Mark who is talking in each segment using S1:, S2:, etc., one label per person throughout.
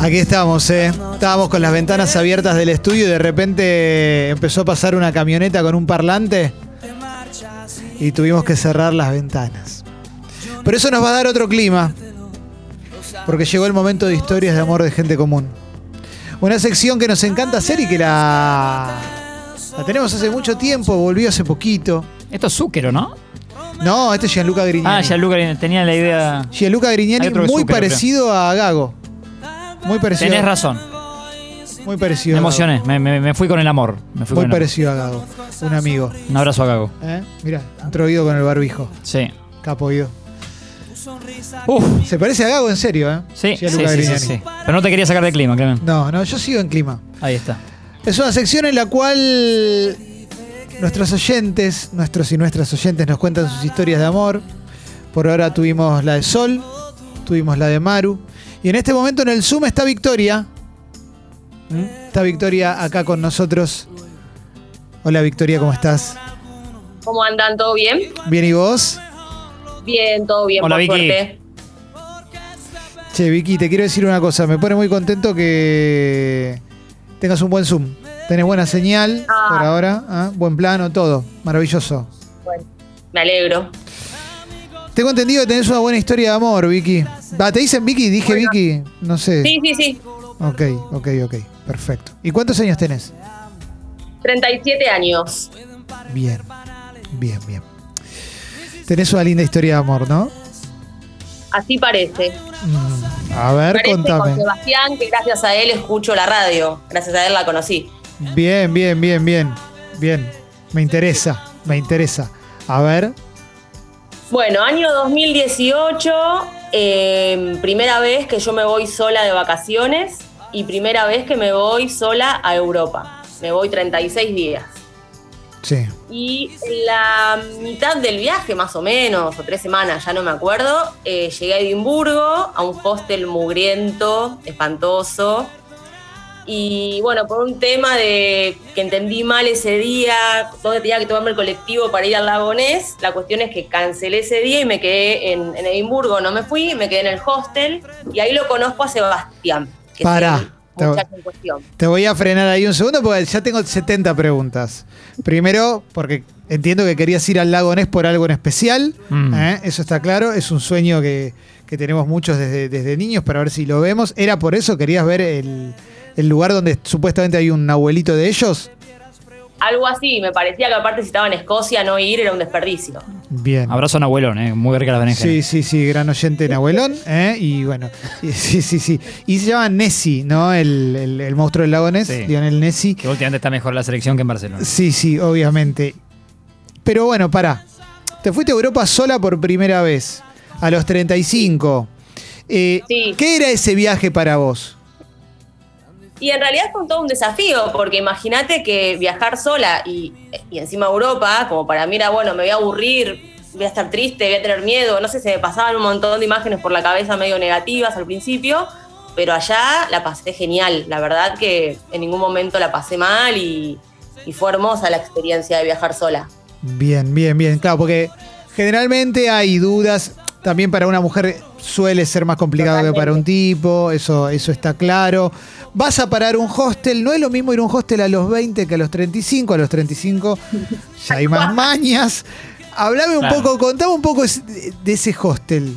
S1: Aquí estamos, ¿eh? Estábamos con las ventanas abiertas del estudio y de repente empezó a pasar una camioneta con un parlante y tuvimos que cerrar las ventanas. Pero eso nos va a dar otro clima, porque llegó el momento de historias de amor de gente común. Una sección que nos encanta hacer y que la, la tenemos hace mucho tiempo, volvió hace poquito.
S2: Esto es Zúquero, ¿no?
S1: No, este es Gianluca Grignani.
S2: Ah, ya Lucas tenía la idea.
S1: Gianluca Grignani,
S2: Hay otro que
S1: muy
S2: Zucker,
S1: parecido a Gago. Muy parecido.
S2: Tenés razón.
S1: Muy parecido.
S2: Me
S1: a Gago.
S2: emocioné. Me, me- me fui con el amor. Me fui
S1: Muy
S2: con el amor.
S1: parecido a Gago, un amigo.
S2: Un abrazo a Gago.
S1: ¿Eh? Mira, otro oído con el barbijo.
S2: Sí.
S1: Capo oído.
S2: Uf.
S1: Se parece a Gago en serio, ¿eh?
S2: Sí, sí,
S1: Gianluca
S2: sí, sí,
S1: Grignani.
S2: sí. Pero no te quería sacar del clima, Clemen.
S1: No, no, yo sigo en clima.
S2: Ahí está.
S1: Es una sección en la cual nuestros oyentes, nuestros y nuestras oyentes nos cuentan sus historias de amor. Por ahora tuvimos la de Sol, tuvimos la de Maru. Y en este momento en el Zoom está Victoria. ¿Mm? Está Victoria acá con nosotros. Hola Victoria, ¿cómo estás?
S3: ¿Cómo andan? ¿Todo bien?
S1: ¿Bien y vos?
S3: Bien, todo bien,
S2: Hola,
S3: por
S2: Vicky.
S3: suerte.
S1: Che, Vicky, te quiero decir una cosa. Me pone muy contento que tengas un buen Zoom. Tenés buena señal
S3: Ah.
S1: por ahora, ¿ah? buen plano, todo. Maravilloso.
S3: Bueno, me alegro.
S1: Tengo entendido que tenés una buena historia de amor, Vicky. Ah, ¿Te dicen Vicky? Dije Vicky. No sé.
S3: Sí, sí, sí.
S1: Ok, ok, ok. Perfecto. ¿Y cuántos años tenés?
S3: 37 años.
S1: Bien. Bien, bien. Tenés una linda historia de amor, ¿no?
S3: Así parece.
S1: Mm, A ver,
S3: Parece
S1: contame.
S3: con Sebastián, que gracias a él escucho la radio. Gracias a él la conocí.
S1: Bien, bien, bien, bien. Bien. Me interesa, me interesa. A ver.
S3: Bueno, año 2018, eh, primera vez que yo me voy sola de vacaciones y primera vez que me voy sola a Europa. Me voy 36 días.
S1: Sí.
S3: Y en la mitad del viaje, más o menos, o tres semanas, ya no me acuerdo, eh, llegué a Edimburgo, a un hostel mugriento, espantoso. Y bueno, por un tema de que entendí mal ese día, dónde tenía que tomarme el colectivo para ir al lago Ness, la cuestión es que cancelé ese día y me quedé en, en Edimburgo, no me fui, me quedé en el hostel y ahí lo conozco a Sebastián. que es
S1: Pará.
S3: el muchacho en cuestión.
S1: Te voy a frenar ahí un segundo porque ya tengo 70 preguntas. Primero, porque entiendo que querías ir al lago Ness por algo en especial.
S2: Mm.
S1: ¿eh? Eso está claro. Es un sueño que, que tenemos muchos desde, desde niños para ver si lo vemos. ¿Era por eso? ¿Querías ver el, el lugar donde supuestamente hay un abuelito de ellos?
S3: Algo así, me parecía que aparte si estaba en Escocia no ir era un desperdicio.
S1: Bien.
S2: Abrazo a un abuelón, eh. Muy rica la berenjena.
S1: Sí, sí, sí, gran oyente en abuelón. ¿eh? Y bueno, y- sí, sí, sí. Y se llama Nessie, ¿no? El, el- el monstruo del lago Ness,
S2: Sí.
S1: Lionel Nessie.
S2: Que últimamente está mejor la selección que en Barcelona.
S1: Sí, sí, obviamente. Pero bueno, pará. Te fuiste a Europa sola por primera vez, a los 35. Eh,
S3: Sí.
S1: ¿Qué era ese viaje para vos?
S3: Y en realidad fue un todo un desafío, porque imagínate que viajar sola y, y encima a Europa, como para mí era, bueno, me voy a aburrir, voy a estar triste, voy a tener miedo, no sé, se me pasaban un montón de imágenes por la cabeza medio negativas al principio, pero allá la pasé genial, la verdad que en ningún momento la pasé mal y, y fue hermosa la experiencia de viajar sola.
S1: Bien, bien, bien. Claro, porque generalmente hay dudas. También para una mujer suele ser más complicado que para un tipo, eso, eso está claro. Vas a parar un hostel, no es lo mismo ir a un hostel a los 20 que a los 35, a los 35 ya hay más mañas. Hablame un
S2: Claro.
S1: poco, contame un poco es- de- de ese hostel.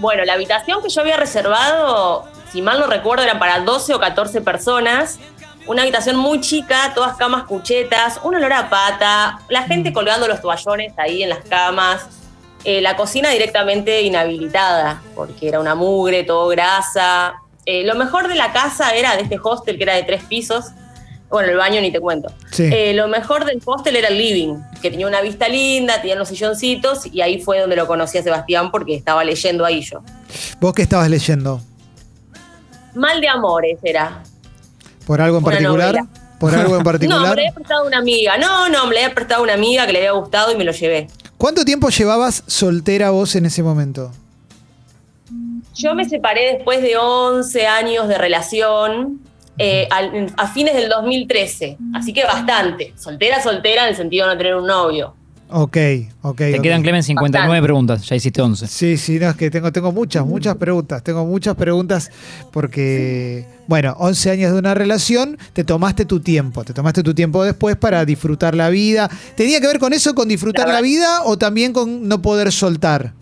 S3: Bueno, la habitación que yo había reservado, si mal no recuerdo, era para 12 o 14 personas. Una habitación muy chica, todas camas cuchetas, un olor a pata, la gente colgando los toallones ahí en las camas, eh, la cocina directamente inhabilitada, porque era una mugre, todo grasa. Eh, lo mejor de la casa era de este hostel que era de tres pisos. Bueno, el baño ni te cuento.
S1: Sí.
S3: Eh, lo mejor del hostel era el living, que tenía una vista linda, tenía los silloncitos y ahí fue donde lo conocí a Sebastián porque estaba leyendo ahí yo.
S1: ¿Vos qué estabas leyendo?
S3: Mal de amores era.
S1: ¿Por algo en
S3: Una
S1: particular? ¿Por algo en
S3: No, me
S1: particular?
S3: lo había prestado a una amiga. No, no, me lo había prestado a una amiga que le había gustado y me lo llevé.
S1: ¿Cuánto tiempo llevabas soltera vos en ese momento?
S3: Yo me separé después de 11 años de relación eh, al- a fines del 2013, así que bastante. Soltera, soltera en el sentido de no tener un novio.
S1: Ok, ok.
S2: Te
S1: ok.
S2: quedan, Clemen, 59
S3: Bastante.
S2: preguntas. Ya hiciste 11.
S1: Sí, sí, no, es que tengo, tengo muchas, muchas preguntas. Tengo muchas preguntas porque, bueno, 11 años de una relación, te tomaste tu tiempo, te tomaste tu tiempo después para disfrutar la vida. ¿Tenía que ver con eso, con disfrutar
S3: La
S1: la,
S3: verdad-
S1: vida o también con no poder soltar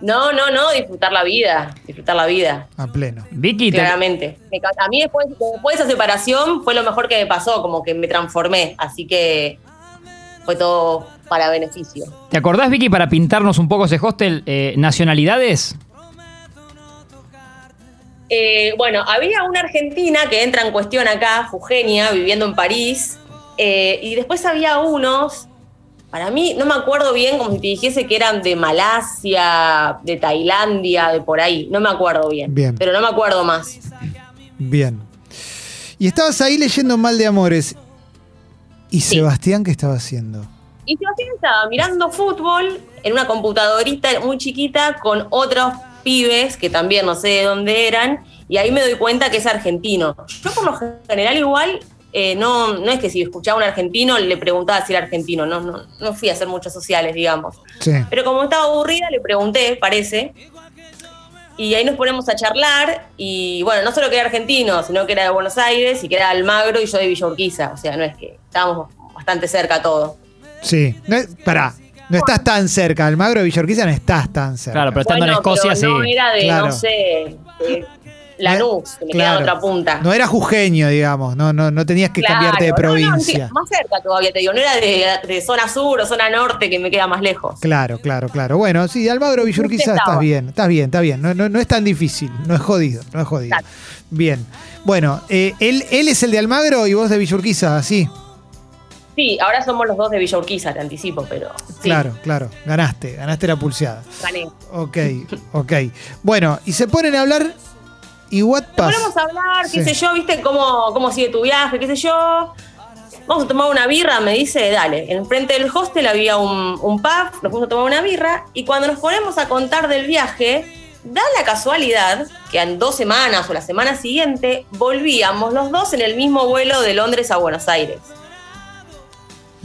S3: No, no, no, disfrutar la vida, disfrutar la vida.
S1: a pleno?
S2: Vicky, te-
S3: Claramente. Me ca- A mí después, después de esa separación fue lo mejor que me pasó, como que me transformé, así que fue todo para beneficio.
S2: ¿te acordás, Vicky, para pintarnos un poco ese hostel, eh, nacionalidades?
S3: Eh, bueno, había una argentina que entra en cuestión acá, Fugenia, viviendo en París, eh, y después había unos, para mí, no me acuerdo bien, como si te dijese que eran de Malasia, de Tailandia, de por ahí, no me acuerdo bien,
S1: Bien.
S3: pero no me acuerdo más.
S1: Bien. Y estabas ahí leyendo Mal de Amores. ¿Y
S3: Sí.
S1: Sebastián qué estaba haciendo?
S3: Y Sebastián estaba mirando fútbol en una computadorita muy chiquita con otros pibes que también no sé de dónde eran, y ahí me doy cuenta que es argentino. Yo por lo general igual, eh, no, no es que si escuchaba a un argentino le preguntaba si era argentino, no, no, no fui a hacer muchos sociales, digamos.
S1: Sí.
S3: Pero como estaba aburrida, le pregunté, parece. Y ahí nos ponemos a charlar. Y bueno, no solo que era argentino, sino que era de Buenos Aires y que era de Almagro y yo de Villa Urquiza. O sea, no es que estábamos bastante cerca todo.
S1: Sí. No, es- pará, no estás tan cerca. Almagro de Villorquiza no estás tan cerca.
S2: Claro, pero estando en
S3: Bueno,
S2: Escocia,
S3: pero no
S2: sí.
S3: era de,
S1: Claro.
S3: no sé, de Lanús, que me
S1: Claro.
S3: queda otra punta.
S1: No eras jujeño, digamos. No, no, no tenías que
S3: Claro,
S1: cambiarte de
S3: no, no,
S1: provincia.
S3: sí, más cerca todavía, te digo. No era de, de zona sur o zona norte, que me queda más lejos.
S1: Claro, claro, claro. Bueno, sí, Almagro Villurquiza
S3: Usted
S1: estás
S3: estaba.
S1: bien, estás bien, estás bien. No, no, no es tan difícil, no es jodido, no es jodido.
S3: Exacto.
S1: Bien. Bueno, eh, él, él es el de Almagro y vos de Villurquiza, así.
S3: Sí, ahora somos los dos de Villa Urquiza, te anticipo, pero sí,
S1: Claro, claro. Ganaste, ganaste la pulseada.
S3: gané.
S1: Ok, ok. Bueno, y se ponen a hablar y what pasa.
S3: Volvemos a hablar,
S1: Sí.
S3: qué sé yo, viste cómo, cómo sigue tu viaje, qué sé yo. Vamos a tomar una birra, me dice, dale. Enfrente del hostel había un, un pub, nos fuimos a tomar una birra y cuando nos ponemos a contar del viaje, da la casualidad que en dos semanas o la semana siguiente volvíamos los dos en el mismo vuelo de Londres a Buenos Aires.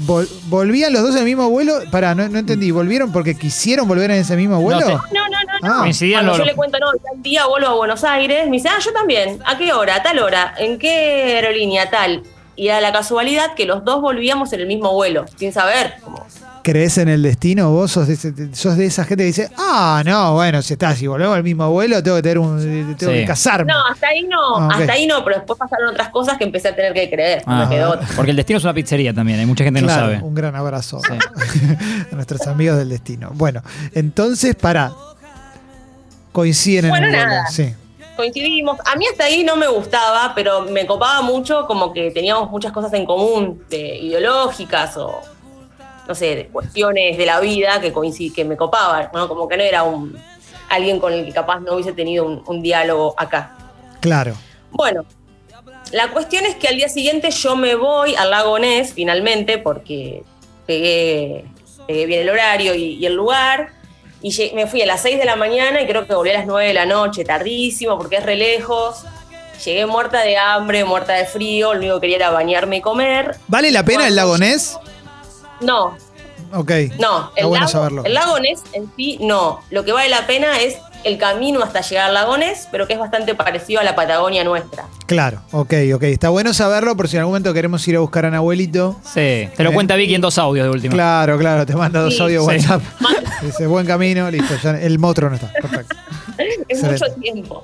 S1: Vol- ¿Volvían los dos en el mismo vuelo? Pará, no, no entendí. ¿Volvieron porque quisieron volver en ese mismo vuelo?
S2: sé.
S3: No, no, no,
S1: Ah.
S3: no.
S2: Coincidían
S3: Cuando yo
S2: los-
S3: le cuento, no, tal día vuelvo a Buenos Aires, me dice, ah, yo también. ¿A qué hora? ¿A tal hora? ¿En qué aerolínea? Tal. Y a la casualidad que los dos volvíamos en el mismo vuelo, sin saber. Como,
S1: ¿Crees en el destino? ¿Vos sos de, ese- sos de esa gente que dice, ah, no, bueno, si estás, si volvemos al mismo vuelo, tengo que tener un. tengo
S2: Sí.
S1: que casarme?
S3: No, hasta ahí no,
S1: Ah, ok.
S3: hasta ahí no, pero después pasaron otras cosas que empecé a tener que creer. no
S2: Ah,
S3: me quedó otra.
S2: porque el destino es una pizzería también, hay mucha gente que
S1: Claro,
S2: no sabe.
S1: un gran abrazo a nuestros amigos del destino. Bueno, entonces, pará. Coinciden en
S3: Bueno,
S1: el vuelo.
S3: nada.
S1: Sí.
S3: Coincidimos. A mí hasta ahí no me gustaba, pero me copaba mucho como que teníamos muchas cosas en común, de ideológicas o, no sé, de cuestiones de la vida que, coinci- que me copaban, ¿no? Como que no era un alguien con el que capaz no hubiese tenido un, un diálogo acá.
S1: Claro.
S3: Bueno, la cuestión es que al día siguiente yo me voy al lago Ness finalmente porque pegué, pegué bien el horario y, y el lugar. Y lle- me fui a las 6 de la mañana y creo que volví a las 9 de la noche, tardísimo porque es re lejos. Llegué muerta de hambre, muerta de frío, lo único que quería era bañarme y comer.
S1: ¿Vale la pena el
S3: Cuando-
S1: lagonés?
S3: No,
S1: Ok.
S3: no,
S1: Está
S3: el,
S1: bueno
S3: lago,
S1: saberlo.
S3: el lago Ness en sí no. Lo que vale la pena es el camino hasta llegar al lago Ness, pero que es bastante parecido a la Patagonia nuestra.
S1: Claro, ok, ok. Está bueno saberlo por si en algún momento queremos ir a buscar a un abuelito.
S2: Sí, te lo
S1: Eh.
S2: cuenta Vicky en dos audios de última.
S1: Claro, claro, te manda dos
S3: Sí.
S1: audios
S2: Sí.
S1: WhatsApp. Dice, buen camino, listo, ya el motro no está. Perfecto.
S3: Es mucho
S1: Excelente.
S3: tiempo.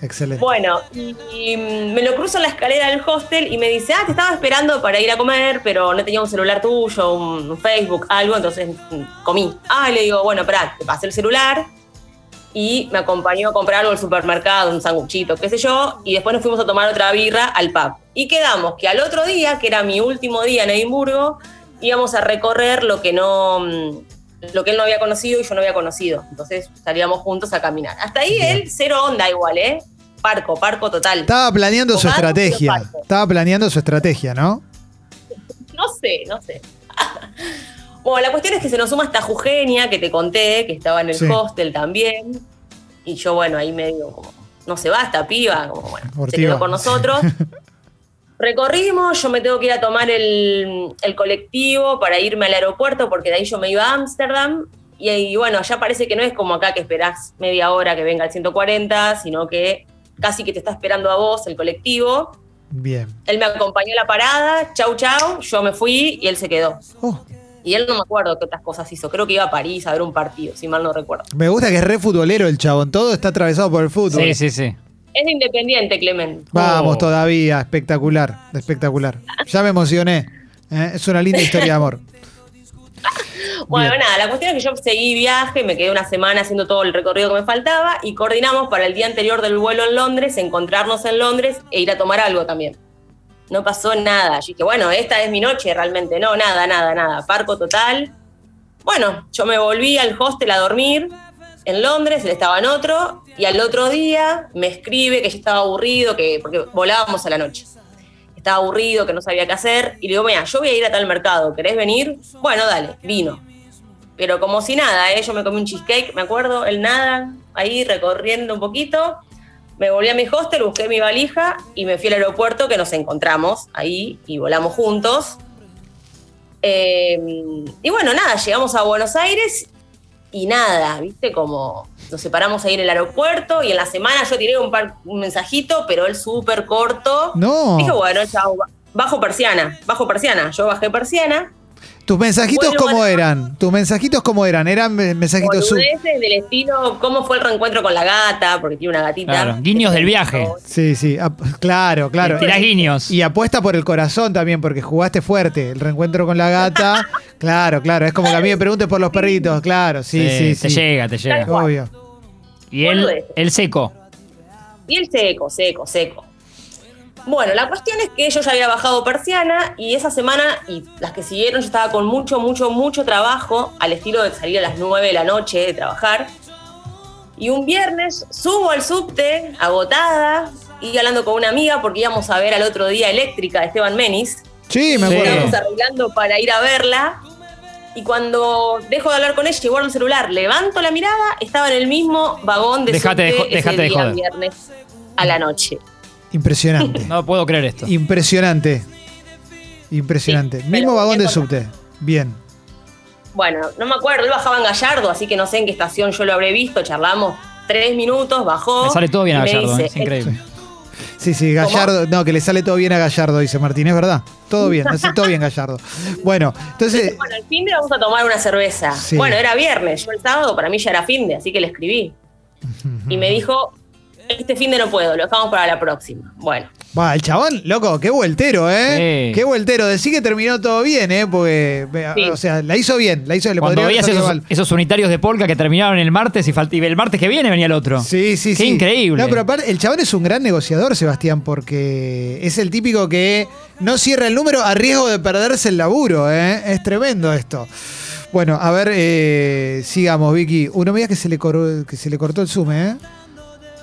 S1: Excelente.
S3: Bueno, y, y, mm, me lo cruzo en la escalera del hostel y me dice, ah, te estaba esperando para ir a comer, pero no tenía un celular tuyo, un, un Facebook, algo, entonces mm, comí. Ah, le digo, bueno, pará, te pasé el celular y me acompañó a comprar algo al supermercado, un sanguchito, qué sé yo, y después nos fuimos a tomar otra birra al pub. Y quedamos que al otro día, que era mi último día en Edimburgo, íbamos a recorrer lo que no... mm, lo que él no había conocido y yo no había conocido. Entonces salíamos juntos a caminar. Hasta ahí
S1: Bien.
S3: él, cero onda igual, ¿eh? Parco, parco total.
S1: Estaba planeando su
S3: Tomás,
S1: estrategia.
S3: pero falso.
S1: Estaba planeando su estrategia, ¿no?
S3: No sé, no sé. bueno, la cuestión es que se nos suma esta Jugenia que te conté, que estaba en el
S1: Sí.
S3: hostel también. Y yo, bueno, ahí medio como, no se va esta piba, como bueno,
S1: Ortiva.
S3: se quedó con nosotros. Recorrimos, yo me tengo que ir a tomar el, el colectivo para irme al aeropuerto porque de ahí yo me iba a Ámsterdam. Y, ahí, bueno, allá parece que no es como acá que esperás media hora que venga el 140, sino que casi que te está esperando a vos el colectivo.
S1: Bien.
S3: Él me acompañó a la parada, chau chau, yo me fui y él se quedó.
S1: Oh,
S3: Y él no me acuerdo qué otras cosas hizo, creo que iba a París a ver un partido, si mal no recuerdo.
S1: me gusta que es re futbolero el chabón. Todo está atravesado por el fútbol.
S2: Sí, sí, sí.
S3: Es de Independiente, Clement.
S1: Vamos
S2: Oh.
S1: todavía, espectacular, espectacular. Ya me emocioné. ¿eh? Es una linda historia de amor.
S3: Bueno,
S1: Bien.
S3: nada, la cuestión es que yo seguí viaje, me quedé una semana haciendo todo el recorrido que me faltaba y coordinamos para el día anterior del vuelo en Londres, encontrarnos en Londres e ir a tomar algo también. No pasó nada. Yo dije, bueno, esta es mi noche realmente. No, nada, nada, nada. Parco total. Bueno, yo me volví al hostel a dormir en Londres, él estaba en otro, y al otro día me escribe que yo estaba aburrido, que, porque volábamos a la noche. Estaba aburrido, que no sabía qué hacer, y le digo, mira, yo voy a ir a tal mercado, ¿querés venir? Bueno, dale, vino. Pero como si nada, ¿eh? yo me comí un cheesecake, me acuerdo, el nada, ahí recorriendo un poquito. Me volví a mi hostel, busqué mi valija y me fui al aeropuerto que nos encontramos ahí y volamos juntos. Eh, y bueno, nada, llegamos a Buenos Aires y nada, ¿viste? Como nos separamos ahí en el aeropuerto y en la semana yo tiré un, par- un mensajito, pero él súper corto.
S1: No.
S3: Dije, bueno, chao, bajo persiana, bajo persiana. Yo bajé persiana.
S1: ¿Tus mensajitos
S3: Vuelvo
S1: cómo
S3: a la-
S1: eran? ¿Tus mensajitos cómo eran? ¿Eran me- mensajitos sub?
S3: Boludeces del estilo, cómo fue el reencuentro con la gata, porque tiene una gatita.
S2: Claro, guiños del viaje.
S1: Sí, sí. ap- Claro, claro.
S2: Tirás guiños.
S1: Y apuesta por el corazón también, porque jugaste fuerte. El reencuentro con la gata. Claro, claro. Es como que a mí me preguntes por los perritos. Claro, sí, sí, sí.
S2: Te llega, te llega.
S1: Obvio.
S2: Y él,
S3: Boludeces.
S2: él seco.
S3: Y el seco, seco, seco. Bueno, la cuestión es que yo ya había bajado persiana y esa semana y las que siguieron yo estaba con mucho, mucho, mucho trabajo, al estilo de salir a las 9 de la noche de trabajar. Y un viernes subo al subte, agotada, y hablando con una amiga porque íbamos a ver al otro día Eléctrica de Esteban Menis.
S1: Sí, me acuerdo.
S2: Sí.
S3: Estábamos arreglando para ir a verla. Y cuando dejo de hablar con ella y guardo el celular, levanto la mirada, estaba en el mismo vagón de
S2: Dejate de
S3: subte
S2: jo- dejate
S3: ese
S2: de
S3: día
S2: joder.
S3: viernes a la noche.
S1: Impresionante.
S2: No puedo creer esto.
S1: Impresionante. Impresionante.
S3: Sí,
S1: Mismo
S3: pero
S1: vagón de
S3: bien
S1: subte. Bien.
S3: Bueno, no me acuerdo, él bajaba en Gallardo, así que no sé en qué estación yo lo habré visto, charlamos tres minutos, bajó.
S2: Me sale todo bien a
S3: y me
S2: Gallardo,
S3: dice,
S2: ¿eh? es increíble.
S1: Sí, sí, Gallardo. No, que le sale todo bien a Gallardo, dice Martín. Es verdad. Todo bien. Hace todo bien Gallardo. Bueno, entonces.
S3: Bueno, el fin de vamos a tomar una cerveza.
S1: Sí.
S3: Bueno, era viernes, yo el sábado para mí ya era fin de, así que le escribí. Y me dijo, este fin de no puedo, lo dejamos para la próxima. Bueno,
S1: Va, el chabón, loco, qué vueltero, ¿eh?
S2: Sí.
S1: Qué vueltero. Decí que terminó todo bien, ¿eh? Porque, ve-
S3: Sí.
S1: o sea, la hizo bien, la hizo, le
S2: Cuando
S1: podría haber
S2: veías
S1: salido
S2: esos,
S1: mal.
S2: esos unitarios de polka que terminaron el martes y, falt- y el martes que viene venía el otro.
S1: Sí, sí,
S2: Qué
S1: sí.
S2: increíble.
S1: No, pero aparte, el chabón es un gran negociador, Sebastián, porque es el típico que no cierra el número a riesgo de perderse el laburo, ¿eh? Es tremendo esto. Bueno, a ver, eh, sigamos, Vicky. Uno me diga que se le, coró- que se le cortó el zoom, ¿eh?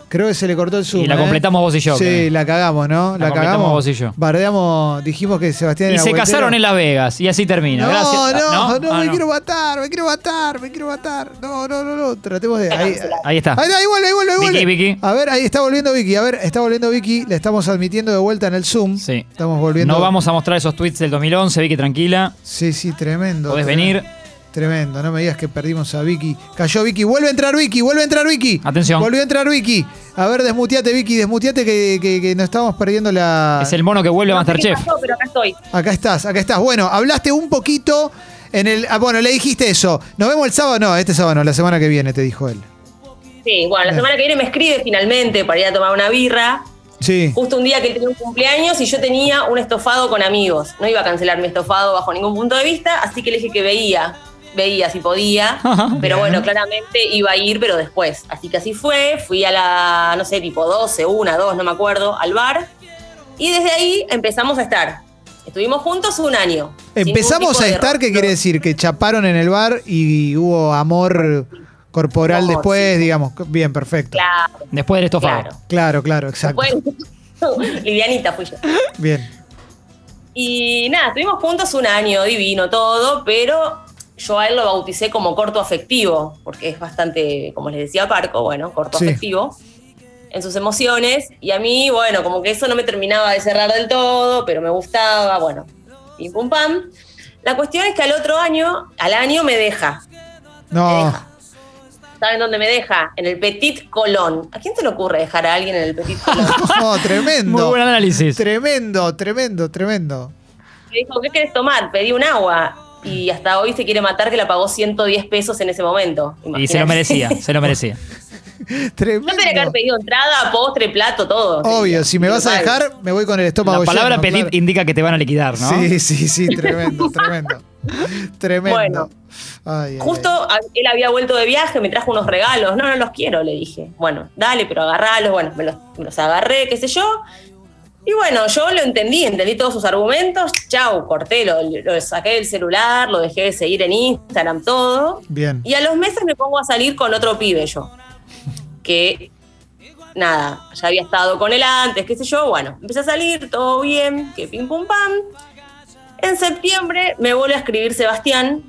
S1: Creo que se le cortó el zoom.
S2: Y la
S1: ¿eh?
S2: completamos vos y yo,
S1: Sí,
S2: creo.
S1: la cagamos, ¿no? La,
S2: La completamos
S1: cagamos.
S2: vos y yo.
S1: Bardeamos, dijimos que Sebastián
S2: Y
S1: era
S2: se
S1: vueltero.
S2: casaron en Las Vegas. Y así termina.
S1: No,
S2: Gracias.
S1: no, no,
S2: Ah,
S1: me quiero matar, me quiero matar, me quiero matar. No, no, no, no, tratemos de. Ahí,
S2: Ahí está.
S1: Ahí, ahí vuelve, ahí vuelve, ahí
S2: Vicky,
S1: vuelve.
S2: Vicky.
S1: A ver, ahí está volviendo Vicky. A ver, está volviendo Vicky. La estamos admitiendo de vuelta en el Zoom.
S2: Sí.
S1: Estamos volviendo.
S2: No vamos a mostrar esos tweets del 2011, Vicky, tranquila.
S1: Sí, sí, tremendo.
S2: Podés
S1: tremendo.
S2: venir.
S1: Tremendo. No me digas que perdimos a Vicky. Cayó Vicky. Vuelve a entrar Vicky. Vuelve a entrar Vicky.
S2: Atención.
S1: Volvió a entrar Vicky. A ver, desmuteate Vicky. Desmuteate que, que- que nos estamos perdiendo la.
S2: Es el mono que vuelve a
S3: no sé qué
S2: Masterchef.
S3: pasó, pero acá estoy.
S1: Acá estás, acá estás. Bueno, hablaste un poquito en el. ah, bueno, le dijiste eso. Nos vemos el sábado. No, este sábado, no, la semana que viene, te dijo él.
S3: Sí, bueno, la
S1: Bien.
S3: semana que viene me escribe finalmente para ir a tomar una birra.
S1: Sí.
S3: Justo un día que él tenía un cumpleaños y yo tenía un estofado con amigos. No iba a cancelar mi estofado bajo ningún punto de vista, así que le dije que veía, veía si podía. pero bueno, claramente iba a ir, pero después. Así que así fue. Fui a la, no sé, tipo 12, 1, 2, no me acuerdo, al bar. Y desde ahí empezamos a estar. Estuvimos juntos un año. sin ningún
S1: Empezamos
S3: tipo
S1: a
S3: de
S1: estar, ¿qué
S3: ruptura.
S1: quiere decir? Que chaparon en el bar y hubo amor corporal
S3: Amor,
S1: después, digamos. Bien, perfecto.
S3: Claro,
S2: Después del estofado.
S3: claro.
S1: Claro, claro, exacto.
S3: Bueno, Livianita fui yo.
S1: Bien.
S3: Y nada, estuvimos juntos un año, divino todo, pero yo a él lo bauticé como corto afectivo, porque es bastante, como les decía Parco, bueno, corto
S1: Sí.
S3: afectivo. en sus emociones. Y a mí, bueno, como que eso no me terminaba de cerrar del todo, pero me gustaba, bueno, pim pum pam. La cuestión es que al otro año, al año me deja. Me
S1: No.
S3: deja. ¿Saben dónde me deja? En el Petit Colón. ¿A quién se le ocurre dejar a alguien en el Petit Colón?
S1: No, tremendo.
S2: Muy buen análisis.
S1: Tremendo, tremendo, tremendo.
S3: Me dijo, ¿qué querés tomar? Pedí un agua. Y hasta hoy se quiere matar que la pagó 110 pesos en ese momento.
S2: Y se lo
S3: Imagínate.
S2: merecía, se lo merecía.
S1: Tremendo.
S3: Yo tenía que haber pedido entrada, postre, plato, todo.
S1: Obvio, si me vas a
S3: Total.
S1: dejar, me voy con el estómago
S2: La
S1: lleno,
S2: palabra petit
S1: claro.
S2: indica que te van a liquidar, ¿no?
S1: Sí, sí, sí, tremendo, tremendo. Tremendo.
S3: Bueno.
S1: Ay, ay,
S3: Justo
S1: ay.
S3: a- él había vuelto de viaje, me trajo unos regalos. No, no los quiero, le dije. Bueno, dale, pero agarralos. Bueno, me los, me los agarré, qué sé yo. Y bueno, yo lo entendí, entendí todos sus argumentos. Chau, corté, lo, lo saqué del celular, lo dejé de seguir en Instagram, todo.
S1: Bien.
S3: Y a los meses me pongo a salir con otro pibe yo. Que nada, ya había estado con él antes, qué sé yo. Bueno, empecé a salir, todo bien, que pim pum pam. En septiembre me vuelve a escribir Sebastián,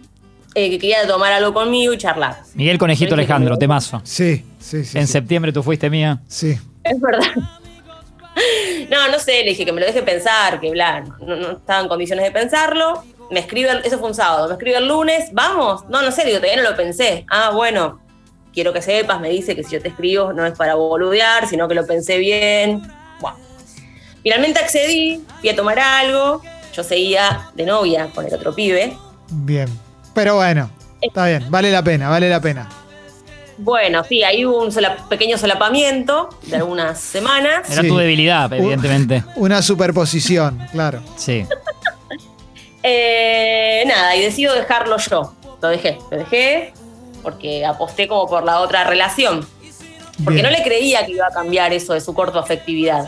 S3: eh, que quería tomar algo conmigo y charlar.
S2: Miguel Conejito Alejandro, temazo.
S1: Sí, sí, sí.
S2: En
S1: sí,
S2: septiembre tú fuiste mía.
S1: sí.
S3: Es verdad. No, no sé, le dije que me lo deje pensar, que bla, no, no estaba en condiciones de pensarlo. Me escribe, el- eso fue un sábado, me escribe el lunes, vamos. No, no sé, digo, todavía no lo pensé. Ah, bueno, quiero que sepas, me dice que si yo te escribo no es para boludear, sino que lo pensé bien. Buah. Finalmente accedí, fui a tomar algo, yo seguía de novia con el otro pibe.
S1: Bien. Pero bueno, está bien. Vale la pena, vale la pena.
S3: Bueno, sí, ahí hubo un sola- pequeño solapamiento de algunas semanas.
S2: Era
S1: Sí. Uh.
S2: tu debilidad, evidentemente.
S1: Una superposición, claro.
S2: Sí.
S3: Eh, nada, y decido dejarlo yo. Lo dejé, lo dejé porque aposté como por la otra relación. Porque
S1: Bien.
S3: no le creía que iba a cambiar eso de su corto afectividad.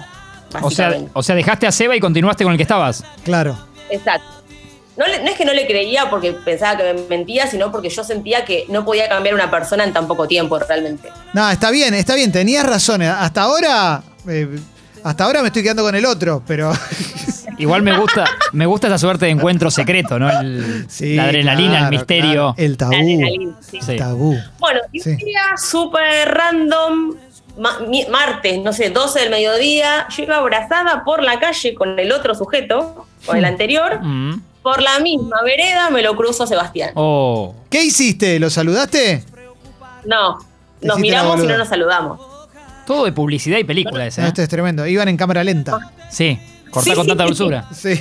S2: O sea,
S3: básicamente.
S2: o sea, dejaste a Seba y continuaste con el que estabas.
S1: Claro.
S3: Exacto. No, le- no es que no le creía porque pensaba que me mentía, sino porque yo sentía que no podía cambiar una persona en tan poco tiempo realmente.
S1: No, está bien, está bien, tenías razón. Hasta ahora. eh, hasta ahora me estoy quedando con el otro, pero.
S2: Igual me gusta, me gusta esa suerte de encuentro secreto, ¿no? El- la adrenalina,
S1: claro,
S2: el
S1: claro.
S2: misterio.
S1: El tabú.
S3: La adrenalina, sí.
S2: Sí.
S1: Tabú.
S3: Bueno, y un
S1: Sí.
S3: día súper random, ma- mi- martes, no sé, 12 del mediodía, yo iba abrazada por la calle con el otro sujeto, con el anterior,
S2: Mm.
S3: por la misma vereda me lo cruzo a Sebastián.
S2: Oh.
S1: ¿Qué hiciste? ¿Lo saludaste?
S3: No,
S1: Te
S3: nos
S1: hiciste la
S3: miramos y
S1: boluda.
S3: no nos saludamos.
S2: Todo de publicidad y película ese.
S1: No,
S2: ¿eh?
S1: esto es tremendo. Iban en cámara lenta.
S3: Ah.
S2: Sí. Cortá
S3: Sí.
S2: con tanta dulzura.
S1: Sí.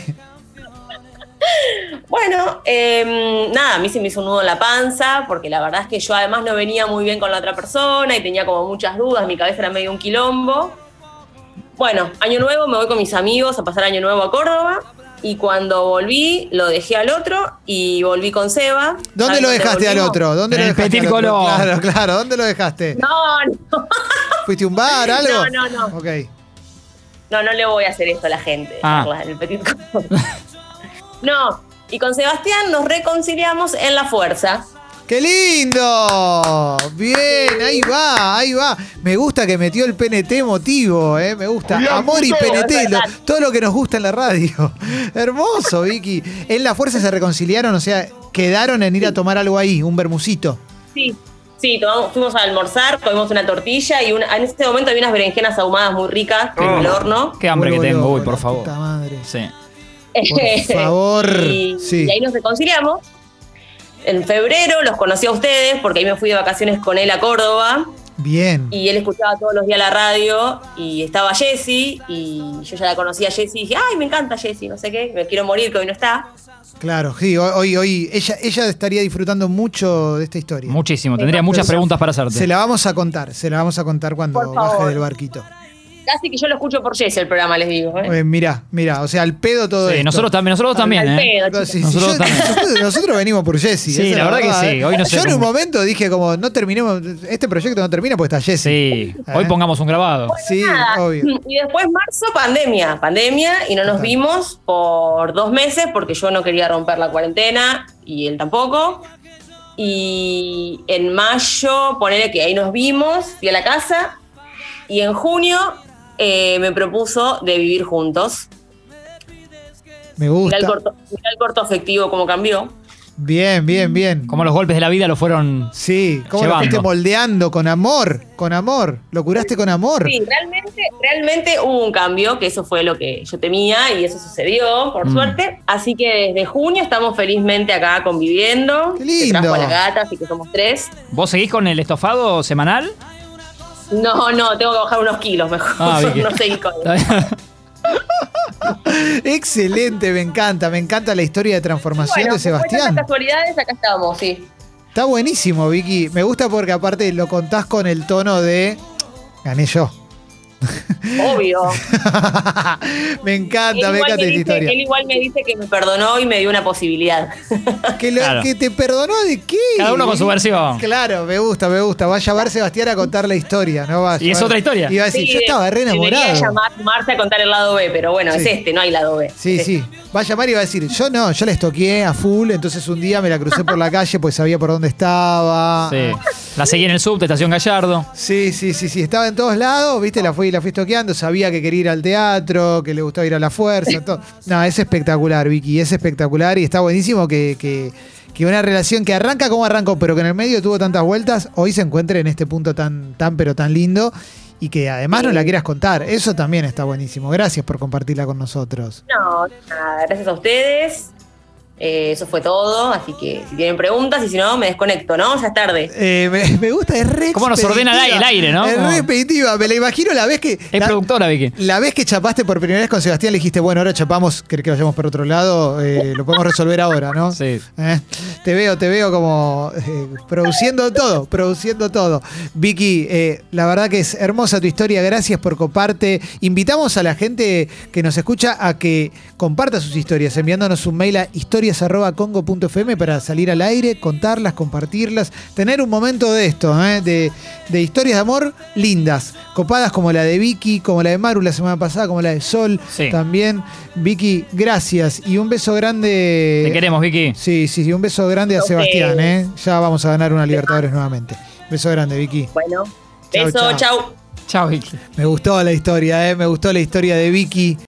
S3: Bueno, eh, nada, a mí se me hizo un nudo en la panza, porque la verdad es que yo además no venía muy bien con la otra persona y tenía como muchas dudas, mi cabeza era medio un quilombo. Bueno, año nuevo me voy con mis amigos a pasar año nuevo a Córdoba y cuando volví lo dejé al otro y volví con Seba.
S1: ¿Dónde
S3: ¿Saben
S1: lo dejaste al
S3: volvimos?
S1: otro? ¿Dónde
S2: En
S1: lo
S2: el
S1: dejaste?
S2: Petit
S1: al otro?
S2: Colón.
S1: Claro, claro. ¿Dónde lo dejaste?
S3: No, no,
S1: ¿Fuiste a un bar, algo?
S3: No, no, no.
S1: Ok.
S3: no, no le voy a hacer esto a la gente.
S2: Ah.
S3: Carla, el petit comité. no, y con Sebastián nos reconciliamos en la fuerza.
S1: ¡Qué lindo! Bien, ahí va, ahí va. Me gusta que metió el PNT emotivo, ¿eh? Me gusta. Amor y PNT, lo- todo lo que nos gusta en la radio. Hermoso, Vicky. En la fuerza se reconciliaron, o sea, quedaron en ir a tomar algo ahí, un bermucito.
S3: Sí, sí, tomamos- fuimos a almorzar, comimos una tortilla y una- en este momento había unas berenjenas ahumadas muy ricas en
S1: Oh.
S3: el horno.
S2: Qué hambre que
S1: Vuelvo
S2: tengo,
S1: loco,
S2: uy, por
S1: la
S2: favor.
S1: puta madre.
S2: Sí.
S1: Por favor,
S3: y,
S1: sí.
S3: y ahí nos reconciliamos. En febrero los conocí a ustedes porque ahí me fui de vacaciones con él a Córdoba
S1: Bien.
S3: y él escuchaba todos los días la radio y estaba Jessy y yo ya la conocía a Jessy y dije, ay, me encanta Jessy, no sé qué, me quiero morir que hoy no está.
S1: Claro, sí, hoy, hoy, hoy ella, ella estaría disfrutando mucho de esta historia.
S2: Muchísimo. Tendría muchas preguntas para hacerte.
S1: Se la vamos a contar, se la vamos a contar cuando
S3: Por favor.
S1: baje del barquito.
S3: Casi que yo lo escucho por Jessy el programa, les digo. ¿eh?
S1: Eh, mirá, mirá, o sea, al pedo todo
S2: Sí,
S1: esto.
S2: nosotros también, nosotros también,
S3: Al
S2: ¿eh?
S3: pedo,
S1: Sí, sí,
S2: Nosotros
S1: yo-
S2: también.
S1: nosotros- nosotros venimos por Jessy.
S2: Sí,
S1: esa es
S2: la verdad que sí,
S1: ¿eh?
S2: hoy no sé
S1: Yo en un
S2: cómo-
S1: momento dije como, no terminemos, este proyecto no termina porque está Jessy.
S2: Sí. Hoy
S1: ¿Eh?
S2: pongamos un grabado.
S1: Sí,
S3: Nada.
S1: obvio.
S3: Y después marzo, pandemia, pandemia, y no nos
S1: Total.
S3: vimos por dos meses porque yo no quería romper la cuarentena y él tampoco. Y en mayo, ponele que ahí nos vimos, fui a la casa, y en junio eh, me propuso de vivir juntos.
S1: Me
S3: Mirá el,
S1: gusta.
S3: corto, mirá el corto afectivo como cambió.
S1: Bien, bien, bien.
S2: Como los golpes de la vida lo fueron.
S1: Sí, cómo lo
S2: Llevando.
S1: fuiste moldeando con amor, con amor. Lo curaste con amor.
S3: Sí, realmente, realmente hubo un cambio, que eso fue lo que yo temía y eso sucedió, por
S2: Mm.
S3: suerte. Así que desde junio estamos felizmente acá conviviendo.
S1: Qué
S3: Se trajo a la
S1: lindo.
S3: gata, así que somos tres.
S2: ¿Vos seguís con el estofado semanal?
S3: No, no, tengo que bajar unos kilos mejor.
S2: Ah, bien.
S3: no seguir con
S1: Excelente, me encanta, me encanta la historia de transformación
S3: Bueno,
S1: de
S3: después de
S1: Sebastián.
S3: tantas casualidades, acá estamos, sí.
S1: Está buenísimo, Vicky. Me gusta porque aparte lo contás con el tono de gané yo.
S3: Obvio.
S1: me
S3: Él
S1: encanta, me encanta
S3: igual, me
S1: esta
S3: dice,
S1: historia.
S3: él igual me dice que me perdonó y me dio una posibilidad.
S1: Que, lo-
S2: Claro.
S1: que te perdonó de qué.
S2: Cada uno con su versión.
S1: Claro, me gusta, me gusta. Va a llamar Sebastián a contar la historia, ¿no? Va a
S2: Y es
S1: llamar-
S2: otra historia.
S1: Y va a decir,
S3: Sí,
S1: yo estaba re
S3: Debería
S1: enamorado.
S3: llamar Marta a contar el lado B, pero bueno,
S1: Sí.
S3: es este, no hay lado B.
S1: Sí, sí. Va a llamar y va a decir, yo no, yo la estoqué a full, entonces un día me la crucé por la calle, pues sabía por dónde estaba.
S2: Sí. La seguí en el subte, Estación Gallardo.
S1: Sí, sí, sí, sí. Estaba en todos lados, viste, la fui, la fui toqueando, sabía que quería ir al teatro, que le gustaba ir a la fuerza, todo. No, es espectacular, Vicky, es espectacular y está buenísimo que, que- que una relación que arranca como arrancó, pero que en el medio tuvo tantas vueltas, hoy se encuentre en este punto tan, tan, pero tan lindo y que además no la quieras contar. Eso también está buenísimo. Gracias por compartirla con nosotros.
S3: No, nada, gracias a ustedes. Eh, eso fue todo, así que si tienen preguntas y si no, me desconecto, ¿no? Ya es tarde.
S1: Eh, me, me gusta, es re
S2: Cómo nos ordena el
S1: expeditiva.
S2: aire- el aire, ¿no?
S1: Es
S2: Como-
S1: re expeditiva. Me la imagino la vez que...
S2: Es
S1: la- Eh,
S2: productora, Vicky.
S1: La vez que chapaste por primera vez con Sebastián, le dijiste, bueno, ahora chapamos, ¿querés que vayamos por otro lado? Eh, lo podemos resolver ahora, ¿no?
S2: Sí.
S1: Eh, te veo, te veo como eh, produciendo todo, produciendo todo. Vicky, eh, la verdad que es hermosa tu historia, gracias por coparte. Invitamos a la gente que nos escucha a que comparta sus historias, enviándonos un mail a historias.congo.fm para salir al aire, contarlas, compartirlas, tener un momento de esto, eh, de, de historias de amor lindas, copadas como la de Vicky, como la de Maru la semana pasada, como la de Sol
S2: Sí.
S1: también. Vicky, gracias y un beso grande.
S2: Te queremos, Vicky.
S1: Sí, sí, sí, un beso grande a
S3: Ok.
S1: Sebastián, ¿eh? Ya vamos a ganar una Libertadores nuevamente. Beso grande, Vicky.
S3: Bueno,
S1: Chau,
S3: beso,
S1: chau.
S3: chau.
S2: Chao, Vicky.
S1: Me gustó la historia, ¿eh? Me gustó la historia de Vicky.